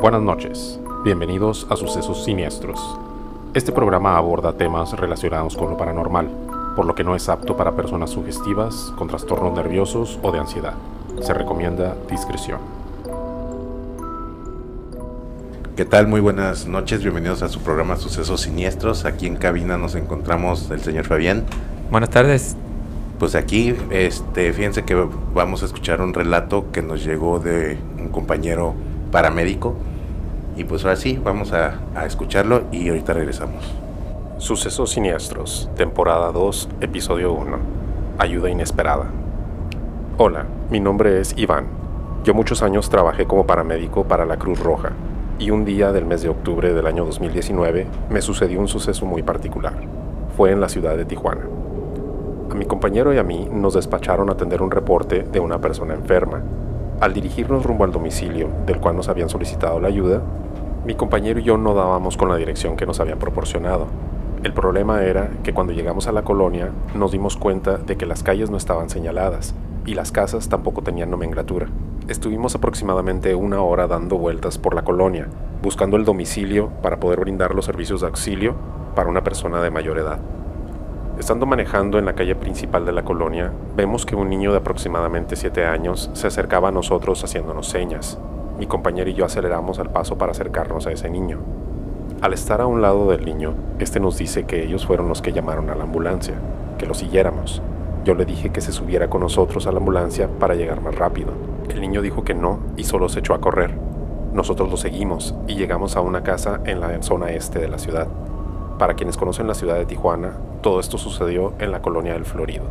Buenas noches, bienvenidos a Sucesos Siniestros. Este programa aborda temas relacionados con lo paranormal, por lo que no es apto para personas sugestivas, con trastornos nerviosos o de ansiedad. Se recomienda discreción. ¿Qué tal? Muy buenas noches, bienvenidos a su programa Sucesos Siniestros. Aquí en cabina nos encontramos el señor Fabián. Buenas tardes. Pues aquí, este, fíjense que vamos a escuchar un relato que nos llegó de un compañero paramédico. Y pues ahora sí, vamos a, a escucharlo y ahorita regresamos. Sucesos Siniestros, temporada 2, episodio 1. Ayuda inesperada. Hola, mi nombre es Iván. Yo muchos años trabajé como paramédico para la Cruz Roja y un día del mes de octubre del año 2019 me sucedió un suceso muy particular. Fue en la ciudad de Tijuana. A mi compañero y a mí nos despacharon a atender un reporte de una persona enferma. Al dirigirnos rumbo al domicilio del cual nos habían solicitado la ayuda, mi compañero y yo no dábamos con la dirección que nos habían proporcionado. El problema era que cuando llegamos a la colonia nos dimos cuenta de que las calles no estaban señaladas y las casas tampoco tenían nomenclatura. Estuvimos aproximadamente una hora dando vueltas por la colonia, buscando el domicilio para poder brindar los servicios de auxilio para una persona de mayor edad. Estando manejando en la calle principal de la colonia, vemos que un niño de aproximadamente 7 años se acercaba a nosotros haciéndonos señas. Mi compañero y yo aceleramos al paso para acercarnos a ese niño. Al estar a un lado del niño, este nos dice que ellos fueron los que llamaron a la ambulancia, que lo siguiéramos. Yo le dije que se subiera con nosotros a la ambulancia para llegar más rápido. El niño dijo que no y solo se echó a correr. Nosotros lo seguimos y llegamos a una casa en la zona este de la ciudad. Para quienes conocen la ciudad de Tijuana, todo esto sucedió en la colonia del Florido.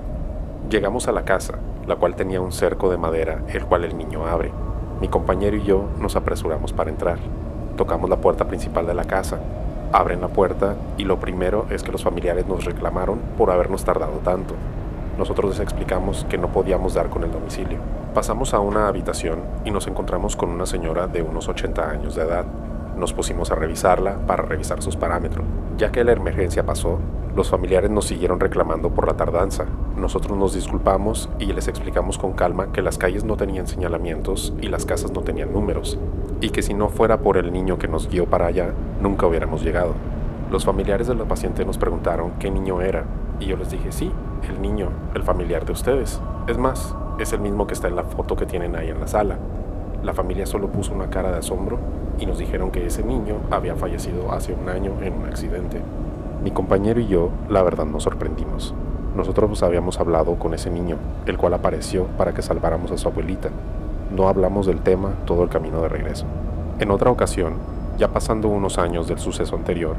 Llegamos a la casa, la cual tenía un cerco de madera, el cual el niño abre. Mi compañero y yo nos apresuramos para entrar. Tocamos la puerta principal de la casa. Abren la puerta y lo primero es que los familiares nos reclamaron por habernos tardado tanto. Nosotros les explicamos que no podíamos dar con el domicilio. Pasamos a una habitación y nos encontramos con una señora de unos 80 años de edad. Nos pusimos a revisarla para revisar sus parámetros. Ya que la emergencia pasó, los familiares nos siguieron reclamando por la tardanza. Nosotros nos disculpamos y les explicamos con calma que las calles no tenían señalamientos y las casas no tenían números, y que si no fuera por el niño que nos guió para allá, nunca hubiéramos llegado. Los familiares de la paciente nos preguntaron qué niño era, y yo les dije, sí, el niño, el familiar de ustedes. Es más, es el mismo que está en la foto que tienen ahí en la sala. La familia solo puso una cara de asombro y nos dijeron que ese niño había fallecido hace un año en un accidente. Mi compañero y yo, la verdad, nos sorprendimos. Nosotros pues, habíamos hablado con ese niño, el cual apareció para que salváramos a su abuelita. No hablamos del tema todo el camino de regreso. En otra ocasión, ya pasando unos años del suceso anterior,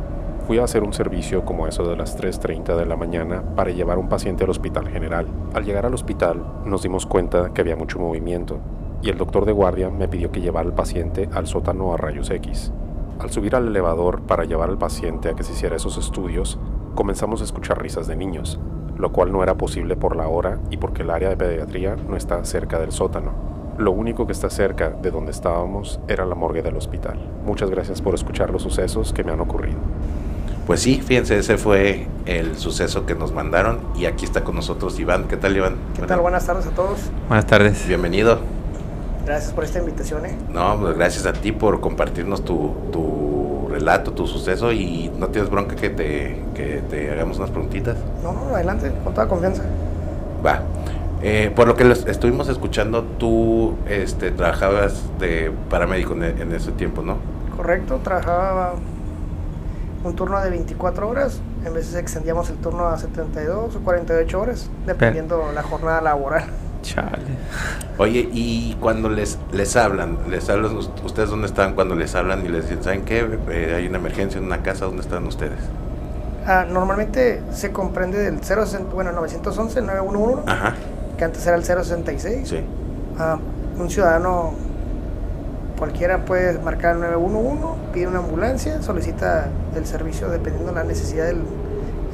fui a hacer un servicio como eso de las 3.30 de la mañana para llevar a un paciente al hospital general. Al llegar al hospital nos dimos cuenta que había mucho movimiento y el doctor de guardia me pidió que llevara al paciente al sótano a rayos X. Al subir al elevador para llevar al paciente a que se hiciera esos estudios, comenzamos a escuchar risas de niños, lo cual no era posible por la hora y porque el área de pediatría no está cerca del sótano. Lo único que está cerca de donde estábamos era la morgue del hospital. Muchas gracias por escuchar los sucesos que me han ocurrido. Pues sí, fíjense, ese fue el suceso que nos mandaron y aquí está con nosotros Iván. ¿Qué tal Iván? ¿Qué tal? Buenas tardes a todos. Buenas tardes. Bienvenido. Gracias por esta invitación, ¿eh? No, pues gracias a ti por compartirnos tu, tu relato, tu suceso y no tienes bronca que te, que te hagamos unas preguntitas. No, no, adelante, con toda confianza. Va. Eh, por lo que los estuvimos escuchando, tú este, trabajabas de paramédico en, e, en ese tiempo, ¿no? Correcto, trabajaba un turno de 24 horas, en veces extendíamos el turno a 72 o 48 horas, dependiendo Pero, la jornada laboral. Chale. Oye, y cuando les les hablan, les hablan ustedes dónde están cuando les hablan y les dicen, "¿Saben qué? Eh, hay una emergencia en una casa, ¿dónde están ustedes?" Ah, normalmente se comprende del 0, bueno, 911, 911, Ajá. que antes era el 066. Ah. Sí. Ah, un ciudadano cualquiera puede marcar 911, pide una ambulancia, solicita el servicio dependiendo de la necesidad del,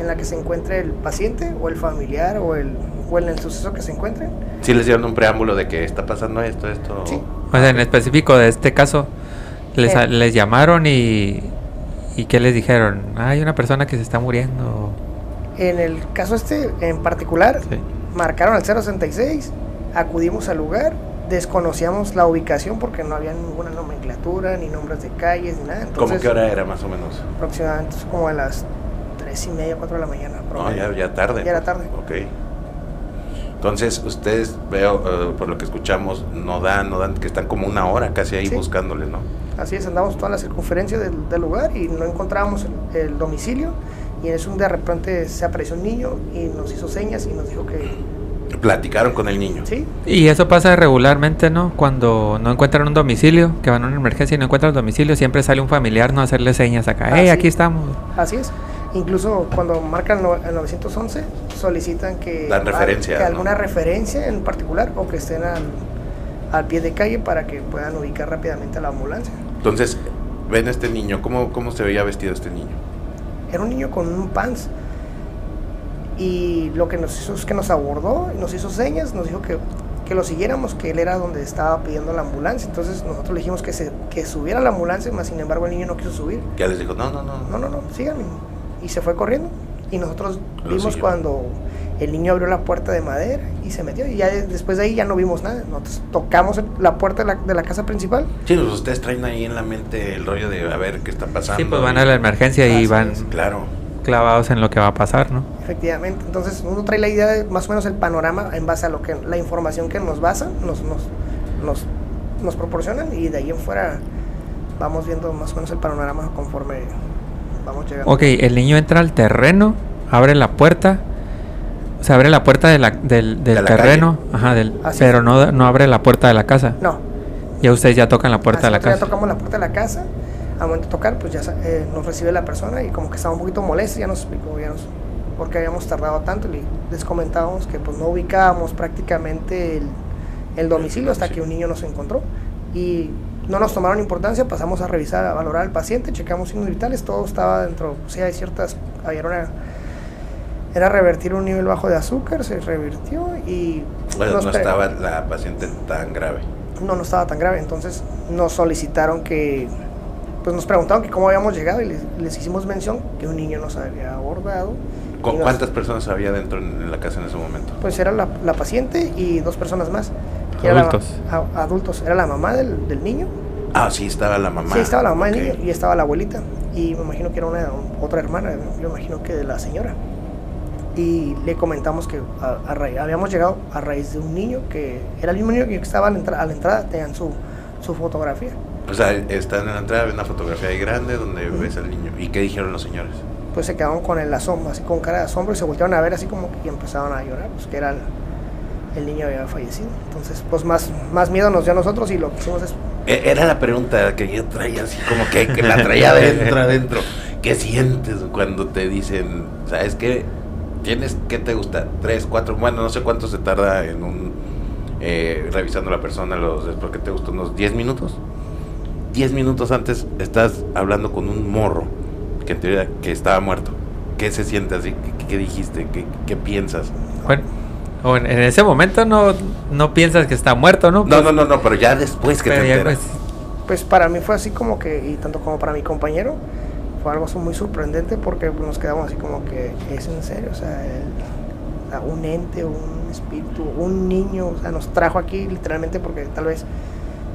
en la que se encuentre el paciente o el familiar o el o en el suceso que se encuentre. Sí les dieron un preámbulo de que está pasando esto, esto. Sí. O sea, en específico de este caso les, eh. les llamaron y y qué les dijeron? Ah, hay una persona que se está muriendo. En el caso este en particular sí. marcaron al 066, acudimos al lugar desconocíamos la ubicación porque no había ninguna nomenclatura, ni nombres de calles, ni nada. Entonces, ¿Cómo qué hora era más o menos? Aproximadamente como a las tres y media, 4 de la mañana. No, Ah, ya, ya tarde. Ya era tarde. Ok. Entonces, ustedes, veo, eh, por lo que escuchamos, no dan, no dan, que están como una hora casi ahí Sí. buscándole, ¿no? Así es, andamos toda la circunferencia del, del lugar y no encontrábamos el, el domicilio. Y en eso de repente se apareció un niño y nos hizo señas y nos dijo que Platicaron con el niño. sí. Y eso pasa regularmente, ¿no? Cuando no encuentran un domicilio, que van a una emergencia y no encuentran el domicilio, siempre sale un familiar no a hacerle señas acá. Ah, ¡Hey, sí. aquí estamos! Así es. Incluso cuando marcan no- el 911 solicitan que, Dan al- referencia, que ¿no? alguna referencia en particular o que estén al, al pie de calle para que puedan ubicar rápidamente a la ambulancia. Entonces, ven a este niño, ¿cómo, cómo se veía vestido este niño? Era un niño con un pants y lo que nos hizo es que nos abordó y nos hizo señas, nos dijo que, que lo siguiéramos, que él era donde estaba pidiendo la ambulancia. Entonces nosotros le dijimos que, se, que subiera a la ambulancia, mas sin embargo el niño no quiso subir. Ya les dijo, no, no, no, no, no, no, síganme. Y se fue corriendo. Y nosotros Lo vimos siguió. cuando el niño abrió la puerta de madera y se metió. Y ya de- después de ahí ya no vimos nada. Nosotros tocamos el- la puerta de la, de la casa principal. Sí, pues ustedes traen ahí en la mente el rollo de a ver qué está pasando. Sí, pues van y- a la emergencia Así y van es. Claro. clavados en lo que va a pasar, ¿no? Efectivamente. Entonces uno trae la idea de más o menos el panorama en base a lo que la información que nos basa, nos, nos, nos, nos proporcionan. Y de ahí en fuera vamos viendo más o menos el panorama conforme vamos llegando. Ok, el niño entra al terreno, abre la puerta, se abre la puerta de la- del, del De la terreno, ajá, del, Así pero es. no, no abre la puerta de la casa. No, Ya ustedes ya tocan la puerta Así de la nosotros casa. Ya tocamos la puerta de la casa. Al momento de tocar, pues ya sa- eh, nos recibe la persona y como que estaba un poquito molesto, ya nos explicó ya nos, por qué habíamos tardado tanto. y les comentábamos que pues no ubicábamos prácticamente el, el domicilio hasta que un niño nos encontró. Y no nos tomaron importancia, pasamos a revisar, a valorar al paciente, checamos signos vitales, todo estaba dentro, o sea, hay ciertas, había una... Era revertir un nivel bajo de azúcar, se revirtió y... Bueno, nos no pre- estaba la paciente tan grave. no, no estaba tan grave. Entonces nos solicitaron que, pues nos preguntaron que cómo habíamos llegado y les, les hicimos mención que un niño nos había abordado. ¿Cu- Y nos- ¿Cuántas personas había dentro en en la casa en ese momento? Pues era la, la paciente y dos personas más. que era la- Adultos. a- adultos. Era la mamá del, del niño. Ah, sí, estaba la mamá. sí, estaba la mamá Ok. del niño y estaba la abuelita. Y me imagino que era una otra hermana, yo imagino que de la señora. Y le comentamos que a- a raíz- habíamos llegado a raíz de un niño que era el mismo niño que estaba a la, entra- a la entrada, tenían su, su fotografía. O sea, están en la entrada, hay una fotografía ahí grande donde ves al niño. ¿Y qué dijeron los señores? pues se quedaron con el asombro, así con cara de asombro y se voltearon a ver así como que y empezaron a llorar, pues que era el, el niño había fallecido. Entonces, pues más, más miedo nos dio a nosotros y lo que hicimos es, E- Era la pregunta que yo traía así como que, que la traía adentro, adentro. ¿Qué sientes cuando te dicen, sabes que tienes, ¿qué te gusta? Tres, cuatro, bueno, no sé cuánto se tarda en un, eh, revisando la persona, los, porque te gusta unos 10 minutos. 10 minutos antes estás hablando con un morro que en teoría que estaba muerto. ¿Qué se siente así? ¿Qué, qué dijiste? ¿Qué, qué piensas? Bueno, o en, en ese momento no, no piensas que está muerto, ¿no? pues, No, no, no, no, pero ya después que Pero te ya, enteras. pues, pues para mí fue así como que, y tanto como para mi compañero, fue algo así muy sorprendente porque nos quedamos así como que, es en serio, o sea, el- a un ente, un espíritu, un niño, o sea, nos trajo aquí literalmente porque tal vez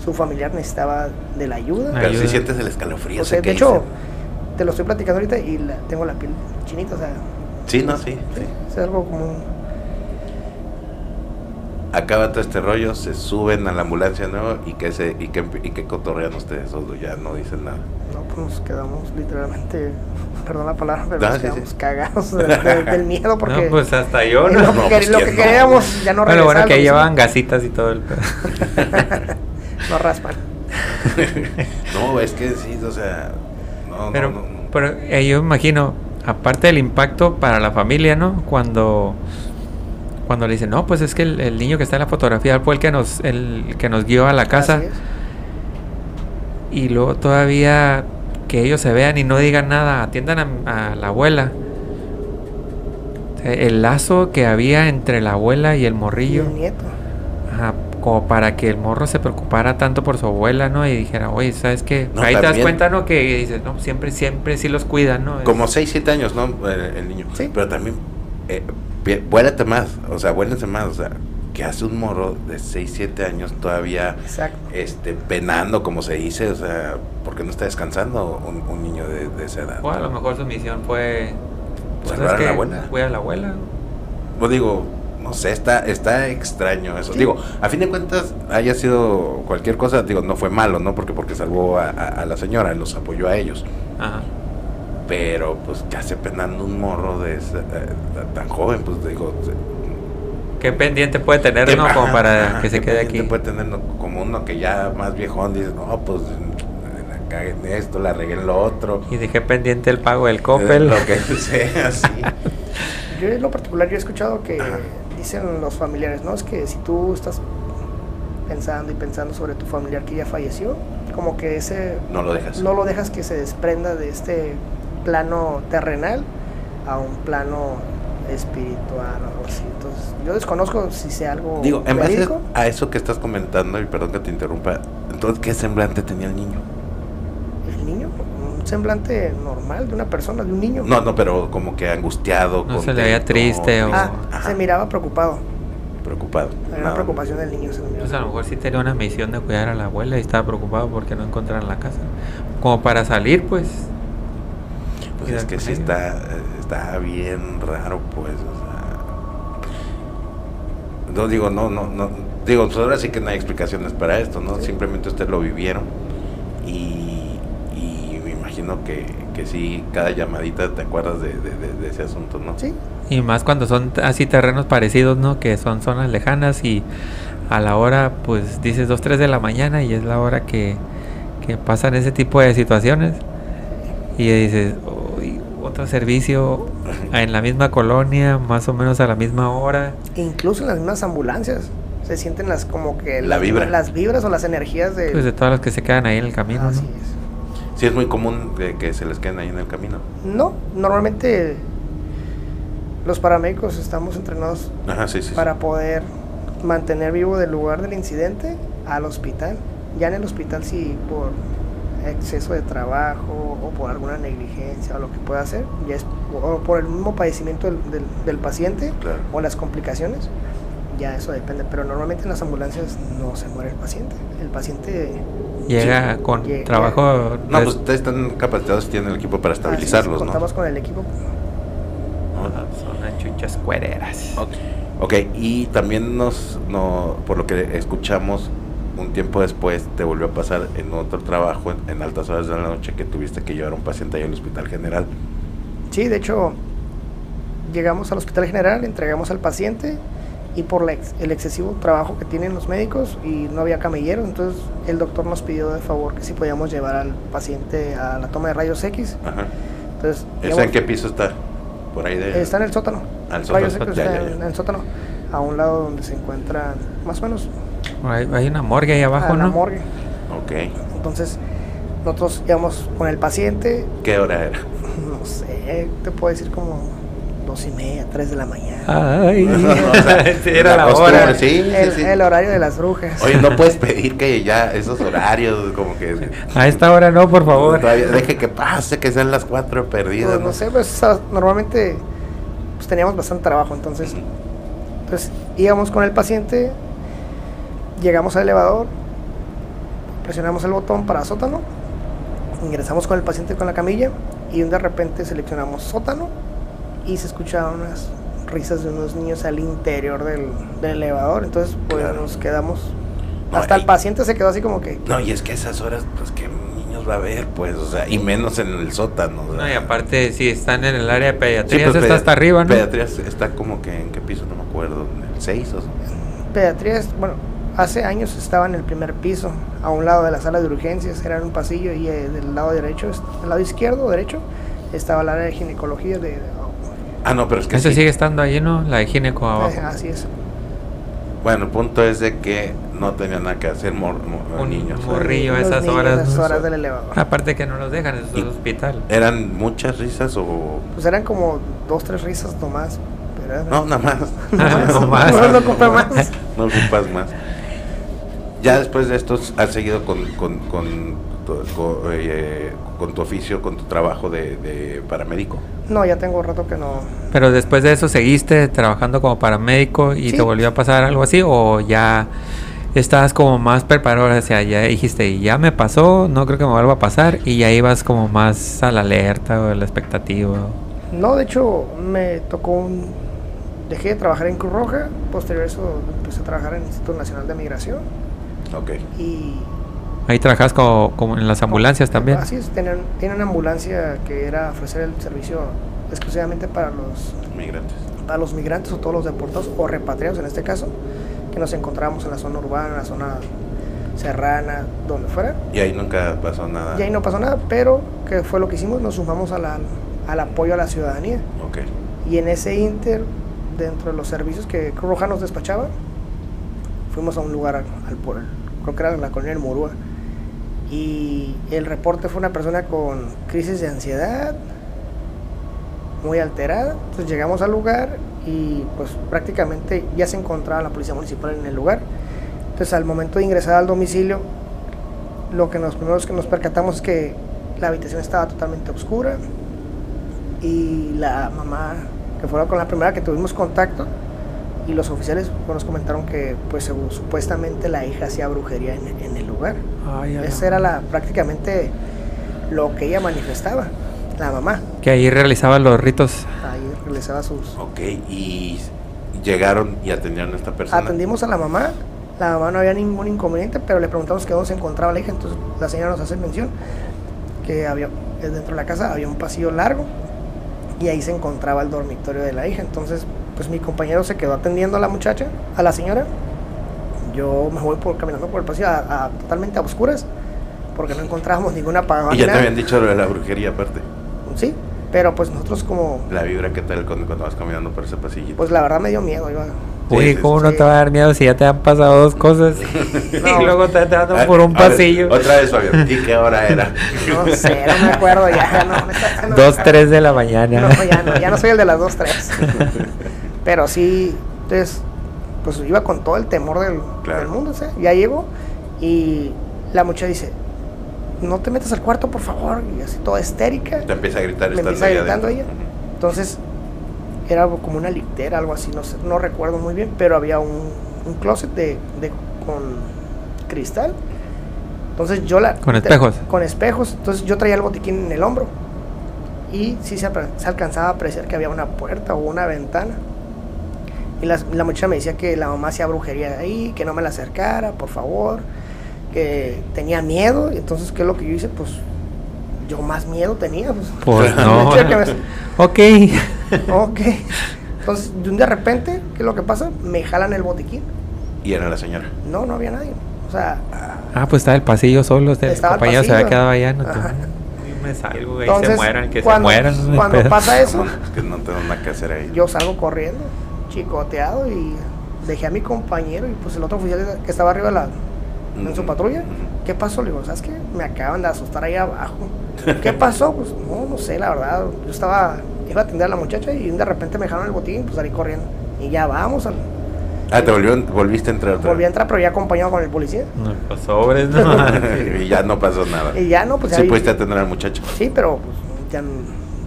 su familiar necesitaba de la ayuda. Pero si pues, Ayuda. sientes el escalofrío. O sea, sé Pues de que hecho, dices. te lo estoy platicando ahorita y la- tengo la piel chinita, o sea, Sí, no, sí. sí. es algo como... Acaba todo este rollo, se suben a la ambulancia de nuevo y que se y que, y que cotorrean ustedes dos, ya no dicen nada. No, pues nos quedamos literalmente, perdón la palabra, pero No, nos sí, sí. quedamos cagados de- de- del miedo porque no, pues hasta yo, eh, ¿no? lo, no, que, pues, lo ¿quién que no? queríamos ya no bueno, bueno, regresaba, que sí, llevaban gasitas y todo el pedo. Nos raspan. No, es que sí, o sea, no, no, Pero, no, no. pero eh, yo me imagino, aparte del impacto para la familia, ¿no? Cuando, cuando le dicen, no, pues es que el, el niño que está en la fotografía fue el que nos, el que nos guió a la casa. Así es. Y luego todavía que ellos se vean y no digan nada, atiendan a, a la abuela. Eh, El lazo que había entre la abuela y el Y morrillo, el nieto. ajá, como para que el morro se preocupara tanto por su abuela, ¿no? Y dijera, oye, ¿sabes qué? No, Ahí te das también- cuenta, ¿no? Que dices, no, siempre, siempre sí los cuidan, ¿no? Como Es- 6, 7 años, ¿no? El, el niño. Sí. Pero también, eh, pi- vuélate más, o sea, vuélate más, o sea, que hace un morro de 6, 7 años todavía Exacto. este, penando, como se dice, o sea, porque no está descansando un, un niño de, de esa edad. O a lo mejor su misión fue... pues, Salvar a ¿sabes la qué? abuela. Voy a la abuela. Yo digo, no sé, está, está extraño eso. Digo, a fin de cuentas, haya sido cualquier cosa, digo, no fue malo, ¿no? Porque, porque salvó a, a- a la señora, los apoyó a ellos. Ajá. Pero, pues, ¿qué hace penando un morro de esa- eh, tan joven? Pues, digo, ¿Qué pendiente puede tener, ¿qué- no? Como ajá, para ajá, que se qué quede aquí. pendiente puede tener no? como uno que ya más viejón dice, no, pues, la cagué en esto, la regué en lo otro. Y dejé pendiente el pago del Coppel. Lo que sea, así. Yo en lo particular yo he escuchado que Ajá. dicen los familiares, ¿no? Es que si tú estás pensando y pensando sobre tu familiar que ya falleció, como que ese No lo dejas. no lo dejas que se desprenda de este plano terrenal a un plano espiritual o algo así. Entonces, yo desconozco si sea algo Digo, en base verídico. a eso que estás comentando, y perdón que te interrumpa, entonces, ¿qué semblante tenía el niño? el niño, un semblante normal de una persona, de un niño. No, no, pero como que angustiado. No se le veía triste o- Ah, Ajá. se miraba preocupado. Preocupado. Era No. una preocupación del niño. se le miraba. Pues a lo mejor sí tenía una misión de cuidar a la abuela y estaba preocupado porque no encontraron la casa. Como para salir, pues. Pues es que sí está, eh, está bien raro, pues. O sea. No digo, no, no, no. Digo, pues ahora sí que no hay explicaciones para esto, ¿no? Sí. Simplemente ustedes lo vivieron. Y, y me imagino que, que sí, cada llamadita te acuerdas de, de- de- de ese asunto, ¿no? Sí, Y más cuando son t- así terrenos parecidos, ¿no? Que son zonas lejanas y a la hora, pues dices 2, 3 de la mañana y es la hora que, que pasan ese tipo de situaciones. Y dices, "Uy, otro servicio en la misma colonia, más o menos a la misma hora. incluso en las mismas ambulancias se sienten las como que La las- vibra. las vibras o las energías de, Pues de todos los que se quedan ahí en el camino, Así ¿no? es. Sí, es muy común que, que se les queden ahí en el camino. No, normalmente los paramédicos estamos entrenados Ajá, sí, sí. sí. para poder mantener vivo del lugar del incidente al hospital. Ya en el hospital si por exceso de trabajo o por alguna negligencia o lo que pueda hacer, ya es, o por el mismo padecimiento del, del- del paciente Claro. o las complicaciones, ya eso depende. Pero normalmente en las ambulancias no se muere el paciente. El paciente Llega con Llega. trabajo. No, des- pues ustedes están capacitados y tienen el equipo para estabilizarlos, así es, ¿no? contamos con el equipo Ah, Son unas chuchas cuereras. Ok. Ok, y también nos, no, por lo que escuchamos, un tiempo después te volvió a pasar en otro trabajo, en, en altas horas de la noche, que tuviste que llevar a un paciente ahí al hospital general. Sí, de hecho, llegamos al hospital general, entregamos al paciente y por la ex- el excesivo trabajo que tienen los médicos y no había camillero, entonces el doctor nos pidió de favor que si podíamos llevar al paciente a la toma de rayos X. Ajá. Entonces, ¿Esa llegamos- en qué piso está? Por ahí de... está en el sótano. Al sótano, Rayos X ya, está ya, ya. en el sótano, a un lado donde se encuentra más o menos Hay, hay una morgue ahí abajo, a Ah, la ¿no? morgue. Ok. Entonces, nosotros íbamos con el paciente, ¿Qué hora era? no sé, te puedo decir como dos y media, tres de la mañana. Ay, O sea, era la costumbre, hora. Sí, sí, el, sí. el horario de las brujas. Oye, no puedes pedir que ya esos horarios, como que... A esta hora no, por favor. Todavía deje que pase, que sean las cuatro Pues, perdidas. no sé, pues sa- normalmente pues, teníamos bastante trabajo, entonces pues, íbamos con el paciente, llegamos al elevador, presionamos el botón para sótano, ingresamos con el paciente con la camilla y de repente seleccionamos sótano y se escuchaban unas risas de unos niños al interior del, del elevador, entonces pues Claro. nos quedamos, No, hasta y- el paciente se quedó así como que... No, y es que a esas horas, pues, ¿qué niños va a haber? Pues, o sea, y menos en el sótano. o sea. No, y aparte, si están en el área de Sí, pediatría, pues, eso está pedia- hasta arriba, ¿no? Pediatría está como que en qué piso, no me acuerdo, en el 6 o Pediatría, es- bueno, hace años estaba en el primer piso, a un lado de la sala de urgencias, era en un pasillo y eh, del lado derecho, es- del lado izquierdo o derecho, estaba el área de ginecología de... Ah, no, pero es que Eso sí. sigue estando ahí, ¿no? La de gineco abajo. eh, Así es. Bueno, el punto es de que no tenía nada que hacer mor, mor- Un niños. morro. Morrillo, Los esas niños, horas, Ah. Esas ¿no? horas del elevador. Aparte que no los dejan, eso es Y- el hospital. ¿Eran muchas risas o...? Pues eran como dos, tres risas nomás. Pero era- No, nada más. No más. No, no ocupa más. No ocupas más. Ya después de esto has seguido con, con, con, tu, con, eh, con tu oficio, con tu trabajo de, de paramédico. No, ya tengo rato que no. Pero después de eso seguiste trabajando como paramédico y Sí. te volvió a pasar algo así o ya estabas como más preparado, o sea, ya dijiste, "Y ya me pasó, no creo que me vuelva a pasar y ya ibas como más a la alerta o a la expectativa. No, de hecho, me tocó un. Dejé de trabajar en Cruz Roja, posterior a eso empecé a trabajar en el Instituto Nacional de Migración Ok. y Ahí trabajas como, como en las ambulancias también. Así es, tienen, tienen una ambulancia que era ofrecer el servicio exclusivamente para los, Migrantes. para los migrantes o todos los deportados o repatriados en este caso, que nos encontrábamos en la zona urbana, en la zona serrana, donde fuera. Y ahí nunca pasó nada. Y ahí no pasó nada, pero que fue lo que hicimos, nos sumamos a la- al apoyo a la ciudadanía. Ok. Y en ese inter, dentro de los servicios que Cruz Roja nos despachaba, fuimos a un lugar al, al por- creo que era la colonia El Murúa. Y el reporte fue una persona con crisis de ansiedad, muy alterada. Entonces llegamos al lugar y pues prácticamente ya se encontraba la policía municipal en el lugar. Entonces al momento de ingresar al domicilio, lo que nos primeros que nos percatamos es que la habitación estaba totalmente oscura y la mamá que fue con la primera que tuvimos contacto y los oficiales pues, nos comentaron que pues según- supuestamente la hija hacía brujería en, en el lugar. Ay, a la- Esa era la prácticamente lo que ella manifestaba, la mamá. Que ahí realizabas los ritos. Ahí realizaba sus. Ok. Y llegaron y atendieron a esta persona. Atendimos a la mamá, la mamá no había ningún inconveniente, pero le preguntamos que dónde se encontraba la hija, entonces la señora nos hace mención que había eh, dentro de la casa había un pasillo largo y ahí se encontraba el dormitorio de la hija, entonces pues mi compañero se quedó atendiendo a la muchacha, a la señora, yo me voy por, caminando por el pasillo a- a- totalmente a oscuras porque no encontrábamos ningún apagón. Y ni ya te nada. habían dicho lo de la brujería aparte. Sí, pero pues nosotros como, La vibra que tal cuando, cuando vas caminando por ese pasillito. pues la verdad me dio miedo, iba Sí, sí, Uy, ¿cómo sí. no te va a dar miedo si ya te han pasado dos cosas? y luego te te andan Ah, por un a ver, pasillo. otra vez, Fabián. ¿Y qué hora era? No sé, no me acuerdo ya. No, neta, no. Dos, tres de la mañana. No, ya no, ya no soy el de las dos, tres. Pero sí, entonces, pues iba con todo el temor del, Claro. del mundo, o sea, ya llego y la muchacha dice, no te metas al cuarto, por favor, y así toda histérica. Te empieza a gritar. Me estando empieza ahí gritando adentro. Entonces, era algo como una litera, algo así, no, sé, no recuerdo muy bien, pero había un, un closet de, de- con cristal. Entonces yo la... Con espejos. Con espejos. Entonces yo traía el botiquín en el hombro. Y sí se, apre- se alcanzaba a apreciar que había una puerta o una ventana. Y las- la, muchacha me decía que la mamá hacía brujería ahí, que no me la acercara, por favor, que tenía miedo. Y entonces, ¿qué es lo que yo hice? Pues yo más miedo tenía. Pues, Pues no. Yo que me- ok. Ok. Entonces, de un de repente, ¿qué es lo que pasa? Me jalan el botiquín. Y era la señora. No, no había nadie. O sea, Ah, pues estaba el pasillo solo. El Estaba el compañero se había pasillo. quedado allá. No, Ajá. Tú- me salgo, güey, entonces, se mueran, que cuando, se mueran. no hay cuando pedo. pasa eso, Vámonos, que no tengo nada que hacer ahí. yo salgo corriendo, chicoteado, y dejé a mi compañero y pues el otro oficial que estaba arriba de la, en su Ujú, patrulla. ujú. ¿Qué pasó? Le digo, ¿sabes qué? Me acaban de asustar ahí abajo. ¿Qué pasó? Pues no, no sé, la verdad. Yo estaba, iba a atender a la muchacha y de repente me jalaron el botín, pues salí corriendo. Y ya vamos, al- Ah, te volvió- volviste a entrar otra volví a vez. entrar, pero ya acompañado con el policía. No, pues sobres, no. y ya no pasó nada. Y ya no, pues sí ahí- pudiste atender al muchacho. Sí, pero pues, ya n-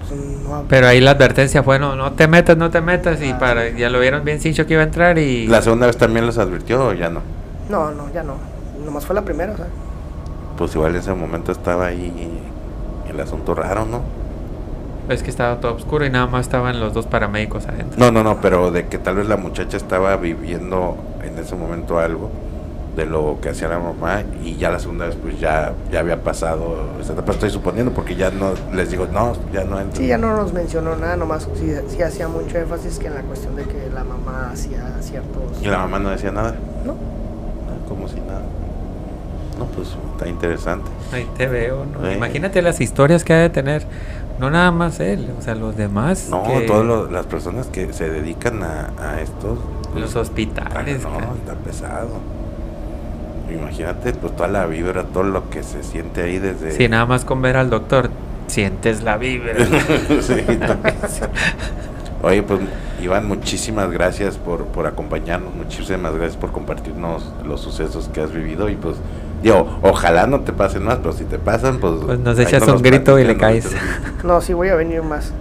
pues, no. Pero ahí la advertencia fue: no, no te metas, no te metas. Ah. Y para, ya lo vieron bien cincho que iba a entrar. Y ¿La segunda vez también los advirtió o ya no? No, no, ya no. Nomás fue la primera, o sea. Pues igual en ese momento estaba ahí el asunto raro, ¿no? es que estaba todo oscuro y nada más estaban los dos paramédicos adentro. No, no, no, pero de que tal vez la muchacha estaba viviendo en ese momento algo de lo que hacía la mamá y ya la segunda vez pues ya, ya había pasado esa etapa, estoy suponiendo, porque ya no les digo, no, ya no entro. Sí, ya no nos mencionó nada, nomás sí, sí hacía mucho énfasis que en la cuestión de que la mamá hacía ciertos. Y la mamá no decía nada, No, ¿no? como si nada. No, pues está interesante. Ahí te veo. ¿no? Eh. Imagínate las historias que ha de tener. No nada más él, o sea, los demás. No, que- todas lo- las personas que se dedican a, a esto. Los ah, hospitales. no, cara. está pesado. Imagínate, pues toda la vibra, todo lo que se siente ahí desde. Si nada más con ver al doctor sientes la vibra. Sí, no. Oye, pues, y Iván, muchísimas gracias por, por acompañarnos, muchísimas gracias por compartirnos los sucesos que has vivido y pues yo, ojalá no te pasen más, pero si te pasan, pues... Pues nos echas un grito y le caes. No, sí voy a venir más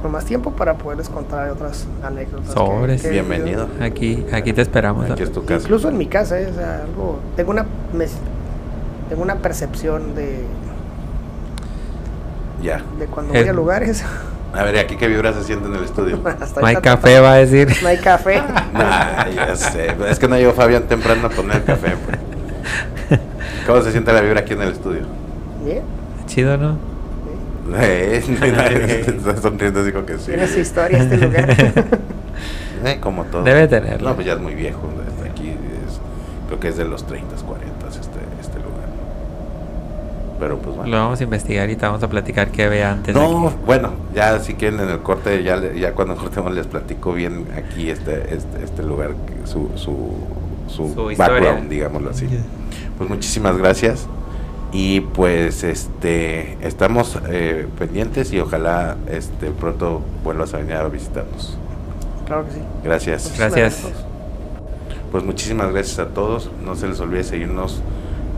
con más tiempo para poderles contar otras anécdotas. Sobres. que- que he Bienvenido. vivido. Aquí, aquí te esperamos. Aquí es tu casa. Incluso en mi casa, eh, o sea, algo, tengo una mes- tengo una percepción de, Ya. de cuando Es- voy a lugares. A ver, ¿y aquí qué vibra se siente en el estudio? Hasta No hay ahorita- café, va a decir. No hay café. Nah, ya sé. Es que no llegó Fabián temprano a poner el café. pues. ¿Cómo se siente la vibra aquí en el estudio? Bien, Chido, ¿no? bien. Eh, Está sonriendo así como que sí. Tiene su historia este lugar. Eh, como todo. Debe tenerla. No, pues ya es muy viejo. Desde aquí es- creo que es de los 30, 40 este, este lugar. Pero pues bueno. Lo vamos a investigar y te vamos a platicar qué ve antes. No, aquí. bueno, ya si quieren en el corte, ya, le- ya cuando cortemos les platico bien aquí este, este, este lugar, que- su, su, su, Su historia. background, digámoslo así. Pues muchísimas gracias y pues este estamos eh, pendientes y ojalá este pronto vuelvas a venir a visitarnos. claro que sí. Gracias. Gracias. Pues muchísimas gracias a todos. No se les olvide seguirnos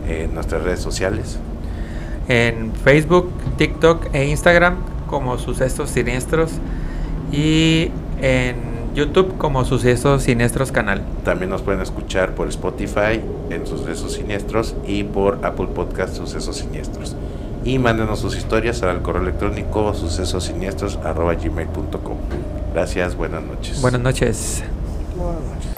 en nuestras redes sociales. En Facebook, TikTok e Instagram como Sucesos Siniestros. Y en YouTube como Sucesos Siniestros Canal. También nos pueden escuchar por Spotify en Sucesos Siniestros y por Apple Podcast Sucesos Siniestros. Y mándenos sus historias al correo electrónico sucesosiniestros.gmail.com Gracias, buenas noches. Buenas noches. Buenas noches.